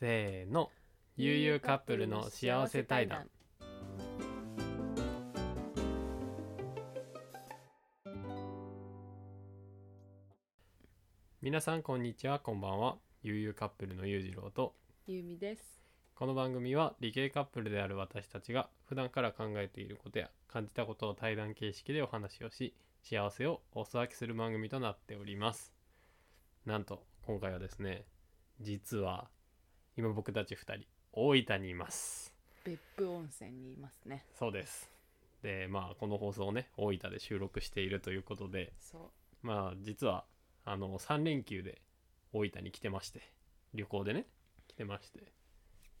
せーの悠々カップルの幸せ対談皆さんこんにちはこんばんは悠々カップルのゆうじろうとゆみですこの番組は理系カップルである私たちが普段から考えていることや感じたことを対談形式でお話をし幸せをお裾分けする番組となっておりますなんと今回はですね実は今僕たち2人大分にいます別府温泉にいますねそうですでまあこの放送をね大分で収録しているということでそまあ実はあの3連休で大分に来てまして旅行でね来てまして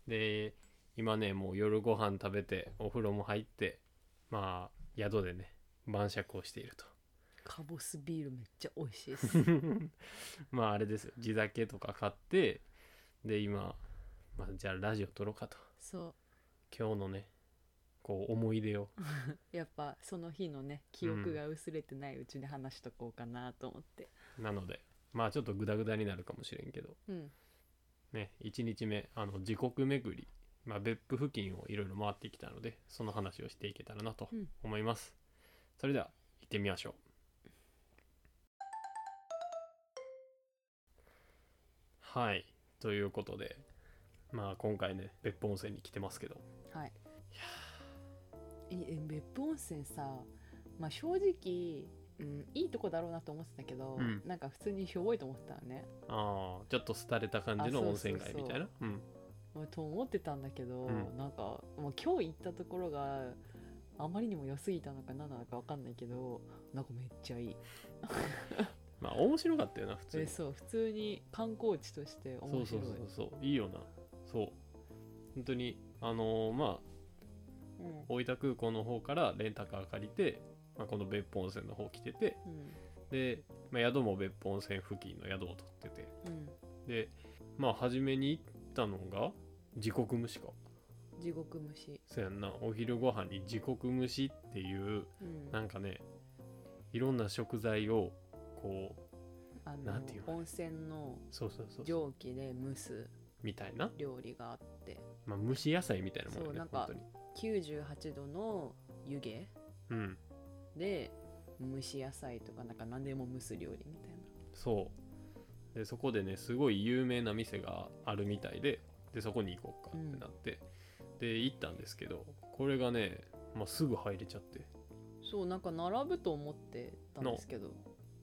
で今ねもう夜ご飯食べてお風呂も入ってまあ宿でね晩酌をしていると うカボスビールめっちゃ美味しいですまああれですよ地酒とか買ってで今、まあ、じゃあラジオ撮ろうかと そ今日のねこう思い出をうやっぱその日のね記憶が薄れてないうちに話しとこうかなと思ってなのでまあちょっとグダグダになるかもしれんけどうんね、1日目あの時刻巡り、まあ、別府付近をいろいろ回ってきたのでその話をしていけたらなとうん思います、それでは行ってみましょうはいということでまあ今回ね別府温泉に来てますけどはいええ別府温泉さまあ正直うん、いいとこだろうなと思ってたけど、うんなんか普通にひょぼいと思ってたのねああちょっと廃れた感じあのそう温泉街みたいなうんまあと思ってたんだけど、うんなんかもう今日行ったところがあまりにも良すぎたのか何なのか分かんないけどなんかめっちゃいいまあ面白かったよな普通えにそう普通に観光地としてそ面うそ白ういそうそういいよなそう本当にあのーまあうん大分空港の方からレンタカー借りて、まあ、この別府温泉の方来ててうんで、まあ、宿も別府温泉付近の宿を取っててうんでまあ初めに行ったのが時刻蒸しか地獄虫そうやんなお昼ご飯に時刻蒸しっていううんなんかねいろんな食材をこうあのなんていうの温泉のそうそうそうそう蒸気で蒸すみたいな、料理があってまあ、蒸し野菜みたいなもんよねそう本当に98度の湯気うんで蒸し野菜とかなんか何でも蒸す料理みたいなそうでそこでねすごい有名な店があるみたいででそこに行こうかってなって、で行ったんですけどこれがね、まあ、すぐ入れちゃってそうなんか並ぶと思ってたんですけど思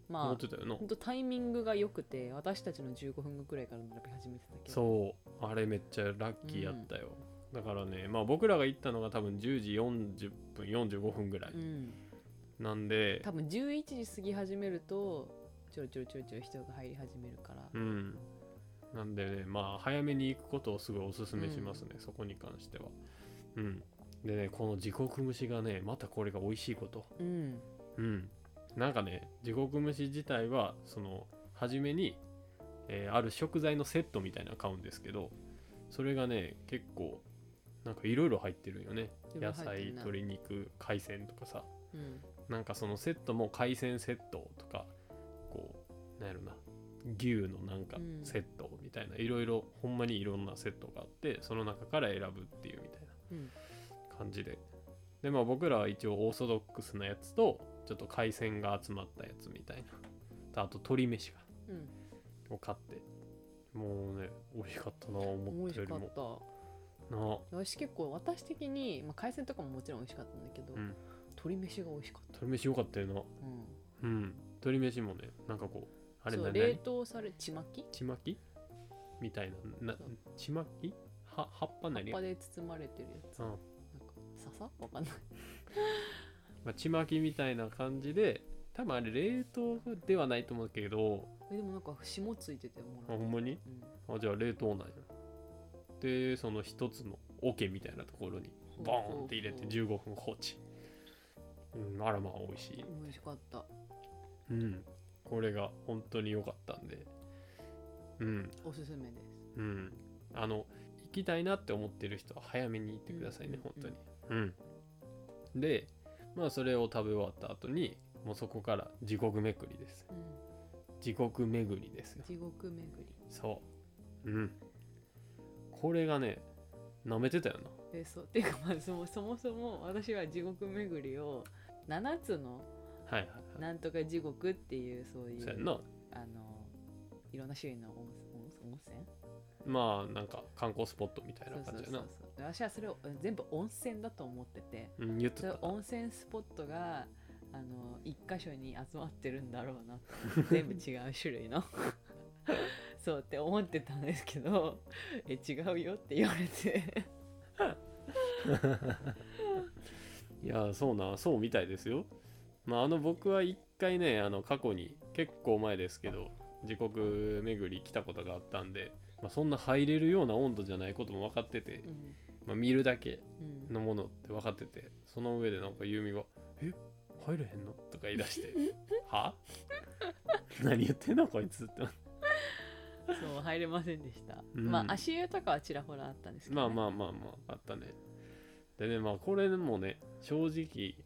まっあてたよなほんとタイミングが良くて私たちの15分後くらいから並び始めてたけどそうあれめっちゃラッキーやったよ、だからねまあ僕らが行ったのが多分10時40分45分ぐらいうんなんで多分11時過ぎ始めるとちょろちょろちょろちょろ人が入り始めるからうん、なんでねまあ早めに行くことをすごいおすすめしますね、そこに関してはうんでねこの時刻蒸しがねまたこれが美味しいことうんうん、なんかね地獄蒸し自体はその初めに、えーある食材のセットみたいなの買うんですけどそれがね結構なんかいろいろ入ってるんよねいろい野ろ入って菜んな鶏肉海鮮とかさうんなんかそのセットも海鮮セットとかこうなんやろな牛のなんかうんセットみたいないろいろほんまにいろんなセットがあってその中から選ぶっていうみたいなうん感じででまあ僕らは一応オーソドックスなやつとちょっと海鮮が集まったやつみたいなとあと鶏飯がうんを買ってもうね美味しかったな美思っ味たよしりかっもたな私結構私的に、まあ、海鮮とかももちろん美味しかったんだけど、うん鶏飯が美味しかっ鶏飯よかったよなた、うん、うん鶏飯もねなんかこうあれそう何冷何凍されちまきちまきみたいななそうちまきは葉っぱ葉なっりぱで包まれてるやつうなんんか笹わかんない まあ、ちまきみたいな感じで多分あれ冷凍ではないと思うけどえでもなんか霜ついててもあらほうんまにあじゃあ冷凍なんやでその一つの桶みたいなところにそうボーンって入れてそう15分放置うんあらまあ美味しいそう美味しかったうんこれが本当に良かったんでうんおすすめですうんあの行きたいなって思ってる人は早めに行ってくださいねうん本当にうんでまあそれを食べ終わった後にもうそこから地獄めくりですうん地獄巡りですよ地獄巡りそううんこれがね舐めてたよなえそう っていうかまあそもそもそも私は地獄巡りを7つのはいはいはいなんとか地獄っていうそういそうやうんなあのいろんな種類の温温温泉まあなんか観光スポットみたいなそう感そうじやそなうそうで私はそれを全部温泉だと思っててうん言っそてれたを温泉スポットがあの一箇所に集まってるんだろ うな全部違う種類の そうって思ってたんですけどえ違うよって言われていやそうなそうみたいですよまああの僕は一回ねあの過去に結構前ですけど時刻巡り来たことがあったんで、まあ、そんな入れるような温度じゃないことも分かっててう、んまあ、見るだけうんのものって分かっててその上でなんかユミが「え入れへんの?」とか言い出 して「は何言ってんのこいつ」ってそう入れませんでした、うんまあ足湯とかはちらほらあったんですけどまね、あまあまあまああったねでねまあこれもね正直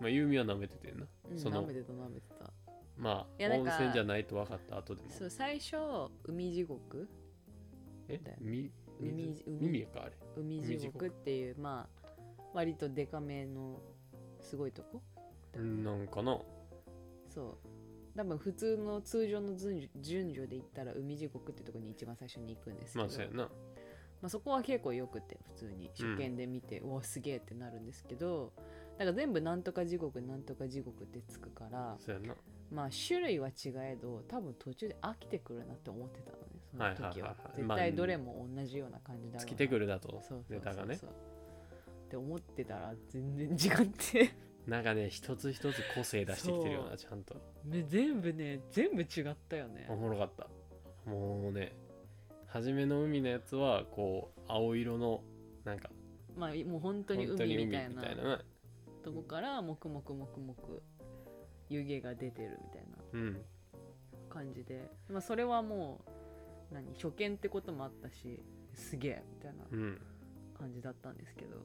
まあユミは舐めててんな、うん、その舐めてた舐めてたまいあやなん温か泉じゃないと分かった後でもそう最初海地獄えだよみ海水海耳かあれ海地海地獄獄っていうまあ割とデカめのすごいとこうんなんかなそう多分普通の通常の順序順序で言ったら海地獄ってとこに一番最初に行くんですけど、まあそうやなまあそこは結構よくて普通にうん初見で見て、うわすげえってなるんですけどなんか全部なんとか地獄なんとか地獄ってつくからそうやなまあ種類は違えど多分途中で飽きてくるなって思ってたのねその時は,、はいはいはいはい絶まあ対どれも同じような感じだろうな尽きてくるだとそうそうそうそうネタがねって思ってたら全然違ってなんかね一つ一つ個性出してきてるようそなちゃんと ね全部ね全部違ったよねおもろかったもうね初めの海のやつはこう青色のなんかまあもう本当に本当に海海みみたたいいななとこからもくもくもくもく湯気が出てるみたいなうん感じで、まあ、それはもう何初見ってこともあったしすげえみたいなうん感じだったんですけど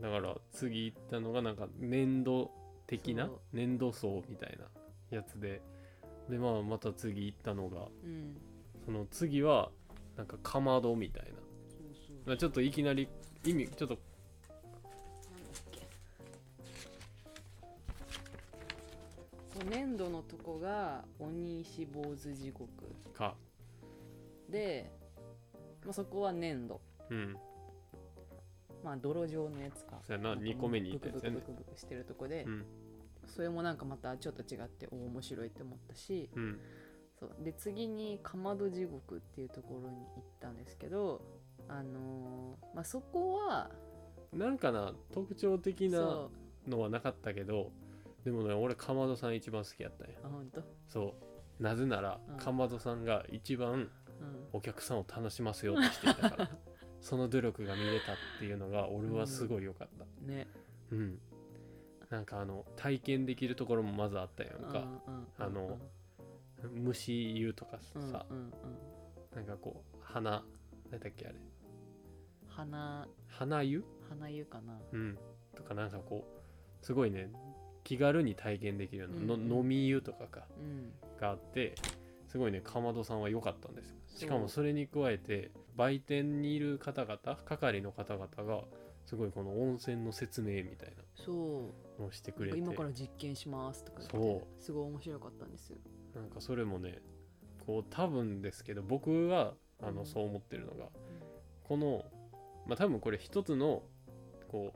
だから次行ったのがなんか粘土的なそう粘土層みたいなやつででまあまた次行ったのがうんその次はなんかかまどみたいなまあちょっといきなり意味ちょっとなんだっけそう粘土のとこが鬼石坊主地獄かで、まあ、そこは粘土うんまあ泥状のやつかそうやななんか二個目にいたやブつクやブねクブクブクしてるとこで、うんそれもなんかまたちょっと違ってお面白いって思ったしうんそうで次にかまど地獄っていうところに行ったんですけどあのーまあそこはなんかな特徴的なそのはなかったけどでもね俺かまどさん一番好きやったんやうあ本当そうなぜなら、うんかまどさんが一番うんお客さんを楽しませようとしていた からその努力が見れたっていうのが俺はすごい良かったねうん、なんかあの体験できるところもまずあったやんか、うんうんあの虫湯とかさ、うんうんうんうんなんかこう花何だっけあれ花花湯、花湯かなうん、とかなんかこうすごいね気軽に体験できるような、うんうんの飲み湯とかかうんがあってすごいねかまどさんは良かったんですよしかそうもそれに加えて売店にいる方々係の方々がすごいこの温泉の説明みたいそなのをしてくうれて今から実験しますとか言ってすごい面白かったんですよなんかそれもねこう多分ですけど僕はあうのんそう思ってるのが、このまあ多分これ一つのこ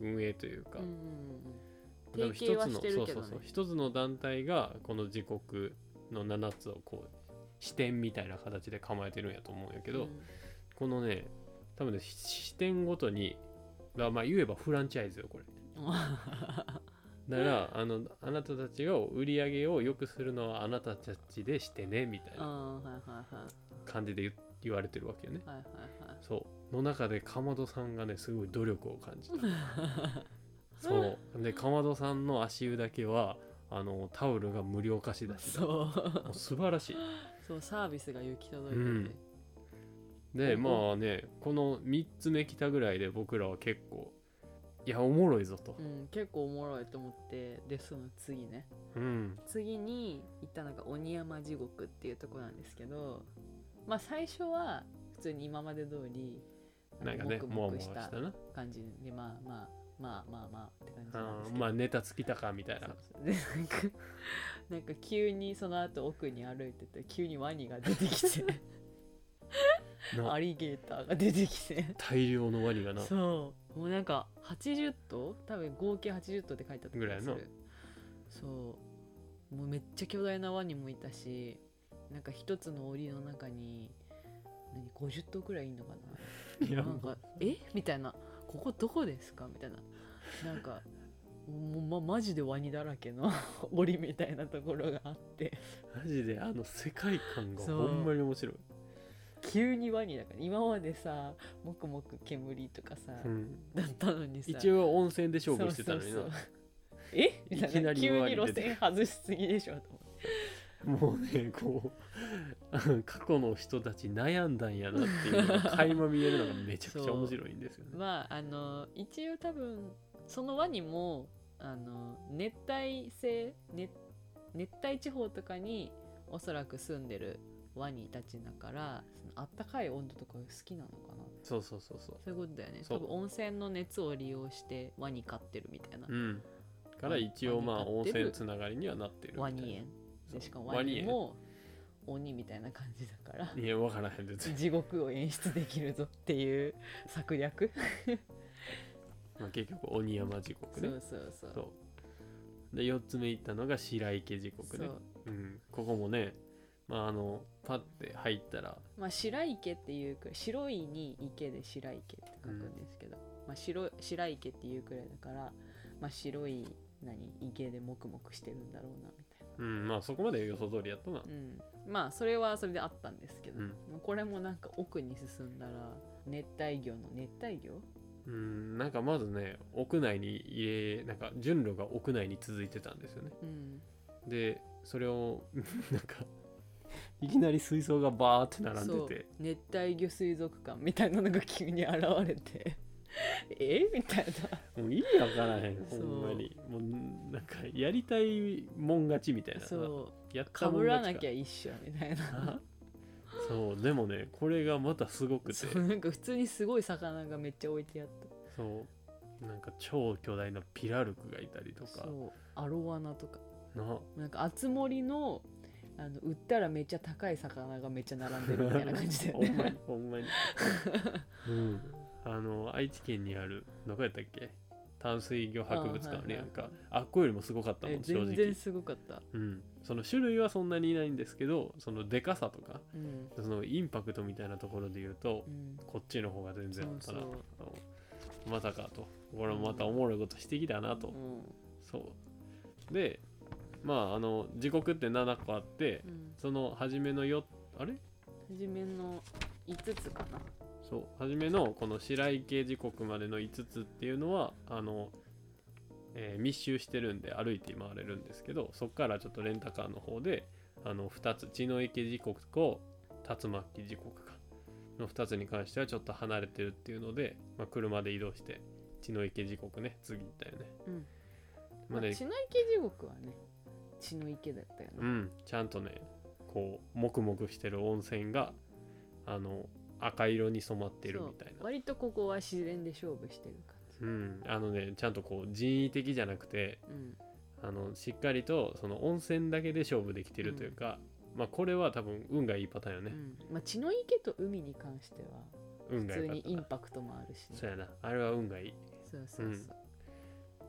う運営というか、うんうん多分提携一はつのしてるけどねそうそうそう一つの団体がこの時刻の7つをこう視点みたいな形で構えてるんやと思うんやけうんど、うんこのね多分ねし視点ごとにだまあ言えばフランチャイズよ これだからあのあなたたちが売り上げを良くするのはあなたたちでしてねみたいなうんはいはいはい感じで言言われてるわけよねはいはいはいそうの中でかまどさんがねすごい努力を感じた そうでかまどさんの足湯だけはあのタオルが無料貸し出しだそうもう素晴らしいそうサービスが行き届いてて、うんでうんまあねこの3つ目来たぐらいで僕らは結構いやおもろいぞとう、ん、結構おもろいと思ってでその次ねうん、次に行ったのが鬼山地獄っていうとこなんですけどまあ最初は普通に今まで通りあのなんかねモクもモうもクうししたたな感じでまあまあまあまあまあって感じなんあーですけどまあネタ尽きたかみたいそうなそうでなんかなんか急にその後奥に歩いてて急にワニが出てきてなアリゲーターが出てきて大量のワニがなそうもうなんか80頭多分合計80頭って書いてあった気がするぐらいのそうもうめっちゃ巨大なワニもいたしなんか一つの檻の中に何50頭くらいいんのかないやなんもうか「えみたいな「ここどこですか?」みたいななんかもう、ま、マジでワニだらけの 檻みたいなところがあってマジであの世界観がそうほんまに面白い急にワニだから今までさもくもく煙とかさ、うんだったのにさ一応温泉で勝負してたのになそうそうそうえみたいきいななり急ワにニ出路て線外しすぎでしょと思ってもうねこうあの過去の人たち悩んだんやなっていうのが垣間見えるのがめちゃくちゃ面白いんですよね。まああの一応多分そのワニもあの熱帯性熱熱帯地方とかにおそらく住んでるワニたちだからそのあったかい温度とかが好きなのかなそうそうそうそそういうことだよねそ多う分温泉の熱を利用してワニ飼ってるみたいな、う。うん。から一応まあ温泉つながりにはなってるみたワいな。ニ園そうでしかもワニも鬼みたいな感じだからいや分からへん全然。 地獄を演出できるぞっていう策略まあ結局鬼山地獄そね。うそうそうそうで4つ目行ったのが白池地獄そねう。うん。ここもねまああのパッて入ったらまあ白池っていうく白いに池で白池って書くんですけど、まあ白白池っていうくらいだからまあ白い何池でもくもくしてるんだろうなみたいうんまあそこまで予想通りやったな。な、うん、まあそれはそれであったんですけど、うんまあこれもなんか奥に進んだら熱帯魚の熱帯魚うんなんかまずね屋内に入れなんか順路が屋内に続いてたんですよね。うんでそれを なんかいきなり水槽がバーって並んでてそう熱帯魚水族館みたいなのが急に現れてえみたいなもう意味わからへんほそうんまにもうなんかやりたいもん勝ちみたいなそうやっかたもぶんら勝なちきゃ一緒みたいな そうでもねこれがまたすごくてそうなんか普通にすごい魚がめっちゃ置いてあっそうなんか超巨大なピラルクがいたりとたかそうアロワナとかななんか厚盛りのあの売ったらめっちゃ高い魚がめっちゃ並んでるみたいな感じだよほ んまね にほんまにうんあの愛知県にあるどこやったっけ淡水魚博物館あるやんあかはいはあいっこよりもすごかったもえん正直全然すごかった、うん、その種類はそんなにいないんですけどそのでかさとかうんそのインパクトみたいなところで言うとうん、こっちの方が全然あったなそううんまさかとこれもまたおもろいことしてきたなと、うんそうでまああの時刻って7個あってうん、その初めのよあれ初めの5つかなそう初めのこの白池時刻までの5つっていうのはあの、えー密集してるんで歩いて回れるんですけどそこからちょっとレンタカーの方であの2つ血の池時刻と竜巻時刻かの2つに関してはちょっと離れてるっていうので、まあ、車で移動して血の池時刻ね次行ったよね。うんまあまあね血の池地獄はね血の池だったようね、ん、ちゃんとねこうもくもくしてる温泉があの赤色に染まってるみたいなそう。割とここは自然で勝負してる感じうん、あのねちゃんとこう人為的じゃなくてうんあのしっかりとその温泉だけで勝負できてるというか、まあこれは多分運がいいパターンようね、んまあ、血の池と海に関しては運普が通良かっにたインなパクトもあるし、そうやなあれは運がいいそうそうそ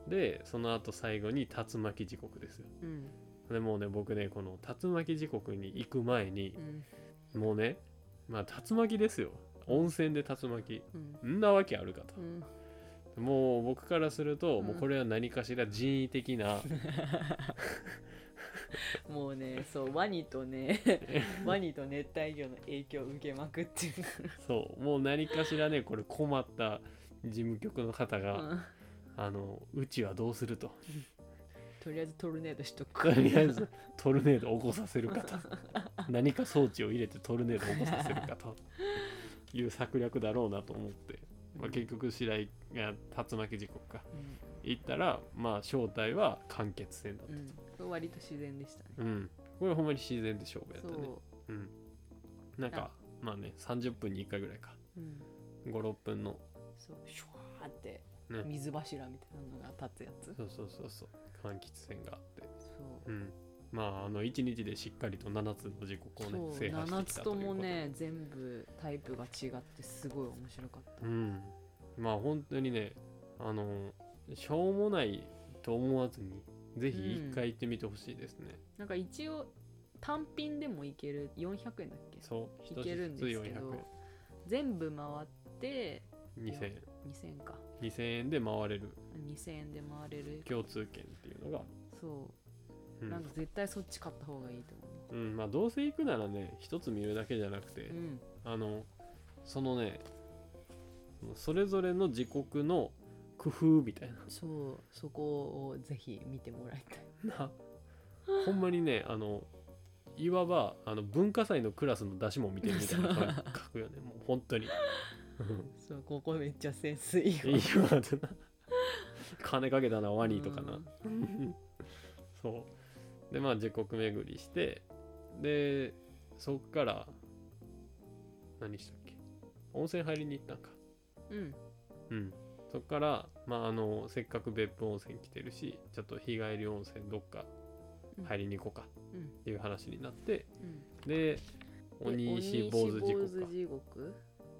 う、でその後最後に竜巻時刻ですようんでもうね僕ねこの竜巻時刻に行く前にう、んもうねまあ竜巻ですよ温泉で竜巻うんんなわけあるかうと、んもう僕からすると、うんもうこれは何かしら人為的 なもうねそうワニ とねワニと熱帯魚の影響を受けまくってるそうもう何かしらねこれ困った事務局の方うが、んあのうちはどうすると とりあえずトルネードしととくりあえ ずトルネード起こさせるかと何か装置を入れてトルネード起こさせるかという策略だろうなと思って、まあ、結局白井が竜巻事故かうん行ったらまあ正体は間欠戦だっうんこれ割と自然でしたねたうんこれほんまに自然で勝負やっそたねううんなんかまあね30分に1回ぐらいかうん、 56分のそうシュワーってね水柱みたいなのが立つやつ、そうそうそうそう柑橘線があってそううんまああの1日でしっかりと7つの時刻をねそう制覇してきたということ7つともね全部タイプが違ってすごい面白かった、うんまあ本当にねあのしょうもないと思わずにぜひ一回行ってみてほしいですね、なんか一応単品でもいける400円だっけそういけるんですけど全部回って1つ400円2000円2000円か2000円で回れる2000円で回れる共通券っていうのが、そううなんんか絶対そっち買った方がいいと思ううんまあ、どうせ行くならね一つ見るだけじゃなくて、うんあのそのねそれぞれの時刻の工夫みたいそうそこをぜひ見てもらいたい ななほんまにねあのいわばあの文化祭のクラスの出し物見てるみたいな 感覚よねもう本当に。うんそうここめっちゃセンスいいいいワードな金かけたなワニとかな、うんそうでまあ時刻巡りしてでそっから何したっけ温泉入りに行ったんかうんうんそっからまああのせっかく別府温泉来てるしちょっと日帰り温泉どっか入りに行こうかうんっていう話になってうんで鬼石坊主地獄か鬼石坊主地獄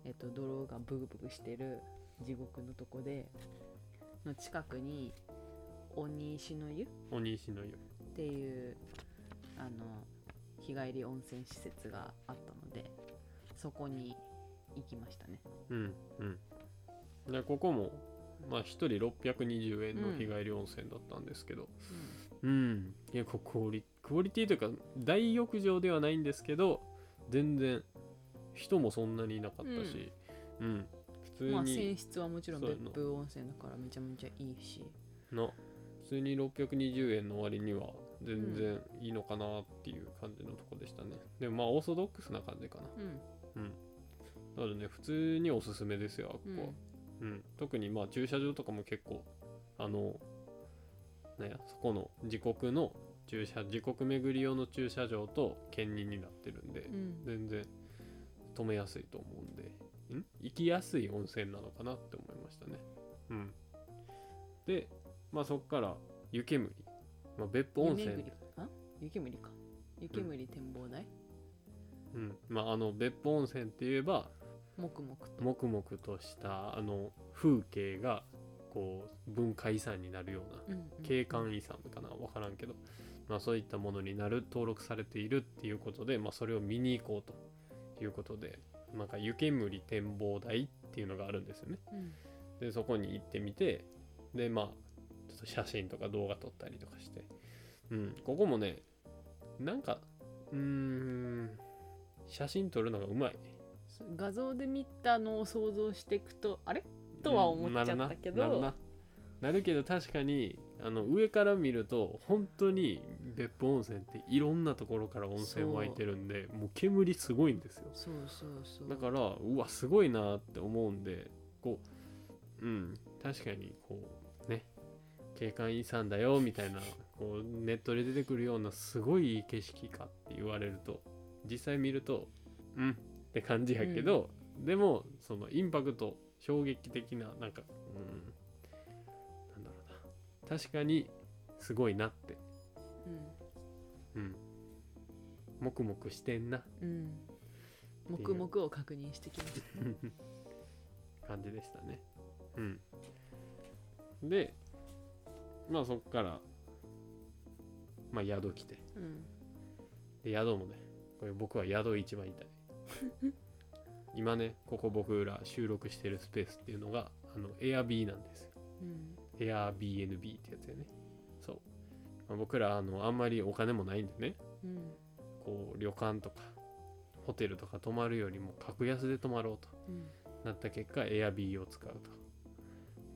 えっと泥がブクブクしてる地獄のとこでの近くに鬼石の湯っ鬼石の湯ていうあの日帰り温泉施設があったのでそこに行きましたねうんうんでここもまあ1人620円の日帰り温泉だったんですけどうん、結構クオリクオリティというか大浴場ではないんですけど全然人もそんなにいなかったしうん、普うんま通あに泉質はもちろんそう別やな府温泉だからめちゃめちゃいいしの普通に620円の割には全然いいのかなっていう感じのとこでしたね、でもまあオーソドックスな感じかなうんなのでね普通におすすめですよあここは、ううんん、特にまあ駐車場とかも結構あのなんやそこの自国の駐車自国巡り用の駐車場と兼任になってるんで、うん全然止めやすいと思うんでん行きやすい温泉なのかなって思いましたねうんでまあそっから湯煙、まあ、別府温湯泉巡りあ湯煙か湯煙展望台、うんまああの別府温泉って言えばもくもくと黙々としたあの風景がこう文化遺産になるようなうんうん景観遺産かな分からんけど、まあ、そういったものになる登録されているっていうことで、まあ、それを見に行こうということでなんか湯煙展望台っていうのがあるんですよねうんでそこに行ってみてでまあちょっと写真とか動画撮ったりとかしてうんここもねなんかうーん写真撮るのがうまいそう画像で見たのを想像していくとあれとは思っちゃったけどなるななるななるけど確かにあの上から見ると本当に別府温泉っていろんなところから温泉湧いてるんでもう煙すごいんですよそうそうそうだからうわすごいなって思うんでこううん確かにこうね景観遺産だよみたいなこうネットで出てくるようなすごいいい景色かって言われると実際見るとうんって感じやけど、でもそのインパクト衝撃的ななんかうんなんだろうな確かにすごいなってうん黙々してんなうんうん黙々を確認してきまし感じでしたね。うん。で、まあそっから、まあ宿来て。た、うん、で、宿もね、これ僕は宿一番痛い。今ね、ここ僕ら収録してるスペースっていうのが、あの、Airb なんですよ。うん、 Airbnb ってやつやね。そう。まあ僕ら、あの、あんまりお金もないんでね、うん、こう、旅館とか、ホテルとか泊まるよりも格安で泊まろうと。うん、なった結果 Airb を使うと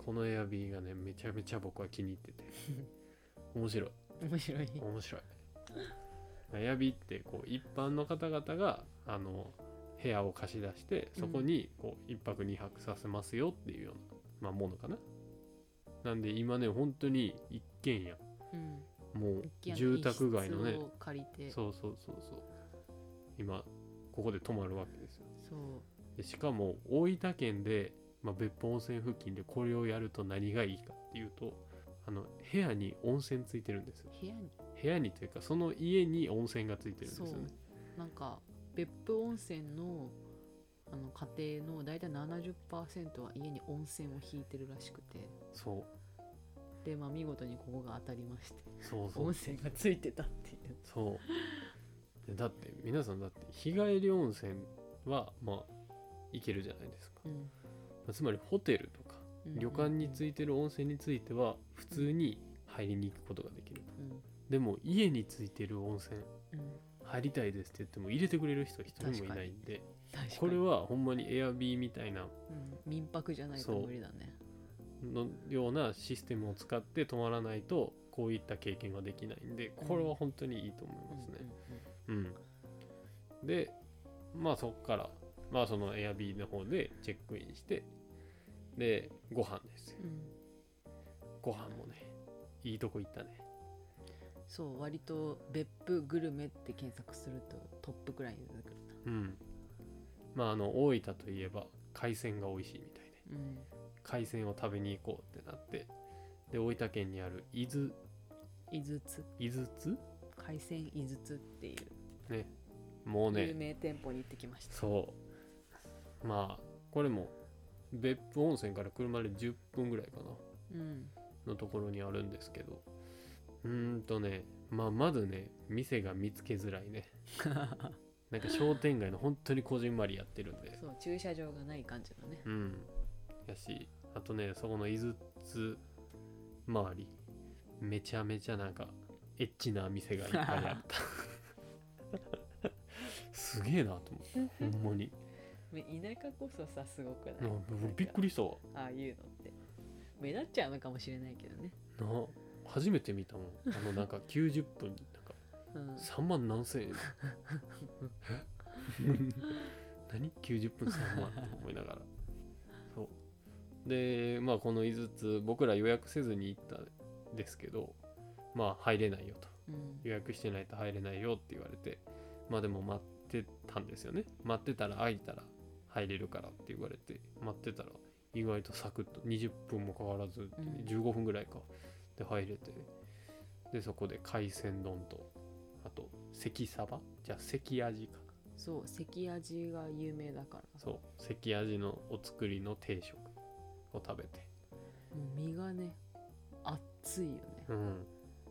この Airb がねめちゃめちゃ僕は気に入っ てて面白い面白い、面白い Airb ってこう一般の方々があの部屋を貸し出してそこにこう1泊2泊させますよっていうような、まあ、ものかななんで今ね本当に一軒家うん、もう一軒家住宅街の一ね室を借りてそうそうそうそう今ここで泊まるわけですよそうでしかも大分県で、まあ、別府温泉付近でこれをやると何がいいかっていうとあの部屋に温泉ついてるんですよ部屋に部屋にというかその家に温泉がついてるんですそようねなんか別府温泉のあの家庭の大体70%は家に温泉を引いてるらしくてそうでまあ見事にここが当たりましてそうそう温泉がついてたっていうそうでだって皆さんだって日帰り温泉はまあ行けるじゃないですか、うんまあつまりホテルとかうん旅館についいてる温泉については普通に入りに行くことができるとうんでも家についてる温泉うん入りたいですって言っても入れてくれる人一人もいないんで確かにこれはほんまにエアビーみたいなうん民泊じゃないとそう無理だねのようなシステムを使って泊まらないとこういった経験ができないんでこれは本当にいいと思いますね。うん、でまあそこからまあその Airb の方でチェックインしてでご飯ですようんうんうんご飯もねいいとこ行ったねそう割と別府グルメって検索するとトップくらいに出てくるなうんまああの大分といえば海鮮が美味しいみたいでうん海鮮を食べに行こうってなってで大分県にある伊豆井筒伊豆津海鮮井筒っていうねもう有ね名店舗に行ってきました、そうまあこれも別府温泉から車で10分ぐらいかなうんのところにあるんですけどうーんとね、まあ、まずね店が見つけづらいねなんか商店街の本当にこじんまりやってるんでそう駐車場がない感じのねうんやしあとねそこの井筒周りめちゃめちゃなんかエッチな店がいっぱいあったすげえなと思ってほんまにめ田舎こそさすごくないもうびっくりりしたわああいうのって目立っちゃうのかもしれないけどねな初めて見たもんあのなんか90分になんかうん3万何千円何90分3万って思いながらそうでまあこの井筒僕ら予約せずに行ったんですけどまあ入れないよとうん予約してないと入れないよって言われてまあでも待ってたんですよね待ってたら空いたら入れるからって言われて待ってたら意外とサクッと20分もかからずってね、15分ぐらいかで入れてでそこで海鮮丼とあと関サバじゃあ関味かそう関味が有名だからそう関味のお作りの定食を食べてもう身がね熱いよねうん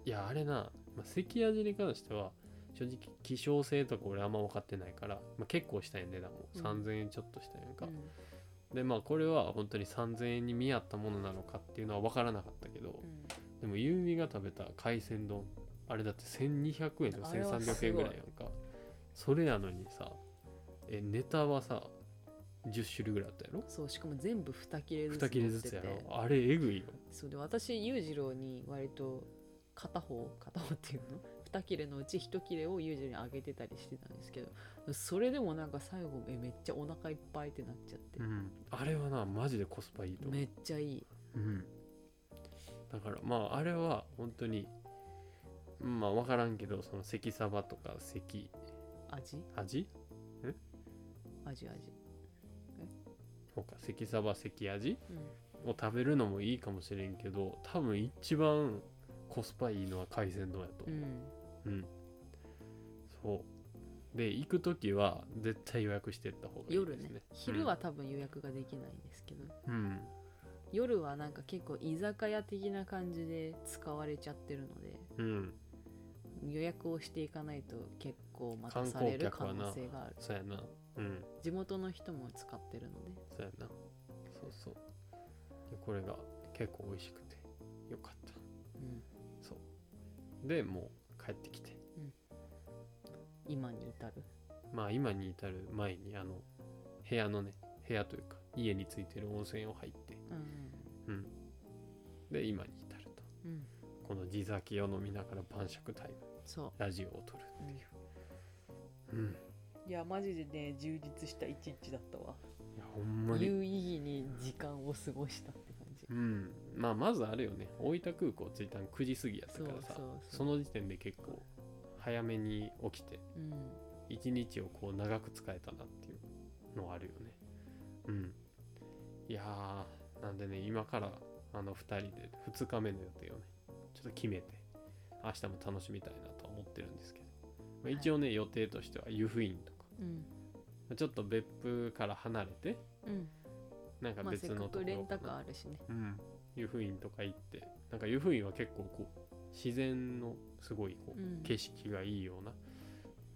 いやあれな、まあ、関味に関しては正直希少性とか俺あんま分かってないから、まあ、結構したい値段も、うん3000円ちょっとしたやんか、うんでまあこれは本当に3000円に見合ったものなのかっていうのは分からなかったけど、うんでもゆうみが食べた海鮮丼あれだって1200円とかあれはすご1300い円ぐらいやんかそれやのにさえネタはさ10種類ぐらいあったやろそうしかも全部2切れずつ2切れずつやろあれえぐいよそうで私裕次郎に割と片方片方っていうの2切れのうち1切れを裕次郎にあげてたりしてたんですけどそれでもなんか最後えめっちゃお腹いっぱいってなっちゃって、うんあれはなマジでコスパいいと思うめっちゃいいうん、だからまああれは本当にうんまあ分からんけどその関サバとか関味味味味とか関サバ関味うんを食べるのもいいかもしれんけど多分一番コスパいいのは海鮮丼やとう思んう、うん、そうで行く時は絶対予約してった方がいい夜ですねね昼は多分予約ができないんですけど、うん、うん夜はなんか結構居酒屋的な感じで使われちゃってるのでうん予約をしていかないと結構待たされる可観光客はな能性があるそうやなうん地元の人も使ってるのでそうやなそうそうでこれが結構美味しくてよかったうんでもう帰ってきて今に至るまあ今に至る前にあの部屋のね部屋というか家についてる温泉を入ってうで今に至るとんうん、この地酒を飲みながら晩酌タイムそラジオを撮るう、うんいやマジでね充実した一日だったわいやほんまに有意義に時間を過ごしたって感じうんまあまずあれよね大分空港着いたん9時過ぎやったそうからさそうそうその時点で結構早めに起きてうん一日をこう長く使えたなっていうのはあるよねうんいやーなんでね今からあの2人で2日目の予定をねちょっと決めて明日も楽しみたいなと思ってるんですけど、まあ、はい一応ね、予定としては湯布院とかうんまあちょっと別府から離れてうんなんかまあせ別っのとかくこレろンかタなカーあるしねうん、湯布院とか行ってなんか湯布院は結構こう自然のすごいこう、うん景色がいいような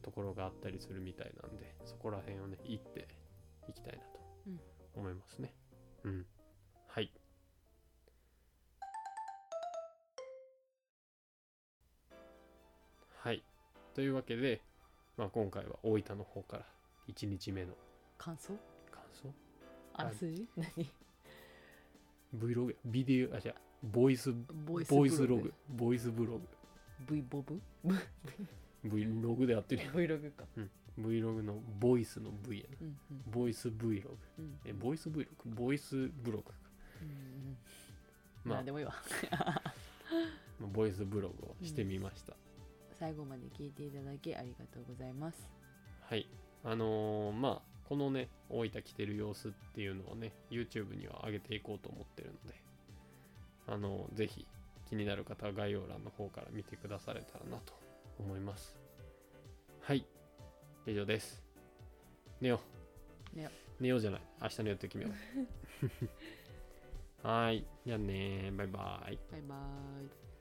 ところがあったりするみたいなんでそこら辺をね行っていきたいなとうん思いますねうん、はいはいというわけで、まあ、今回は大分の方から1日目の感想感想あらすじ何 Vlog やビデオあじゃボイスボイスボイスログ、ボイスブロ V ボブグ、Vlog でやってる Vlog か Vlog のボイスの V やな。 うんうんボイス Vlog。うんえ、ボイス Vlog? ボイスブログ。うんうんまなあん、でもいいわまあボイスブログをしてみました。最後まで聞いていただきありがとうございますはい。あのーまあ、このね、大分来てる様子っていうのをね、YouTube には上げていこうと思ってるので、あのーぜひ気になる方は概要欄の方から見てくだされたらなと思います。はい。以上です。寝よう。寝よ寝ようじゃない。明日の予定決めよう。はーい。じゃあねー。バイバイ。バイバーイ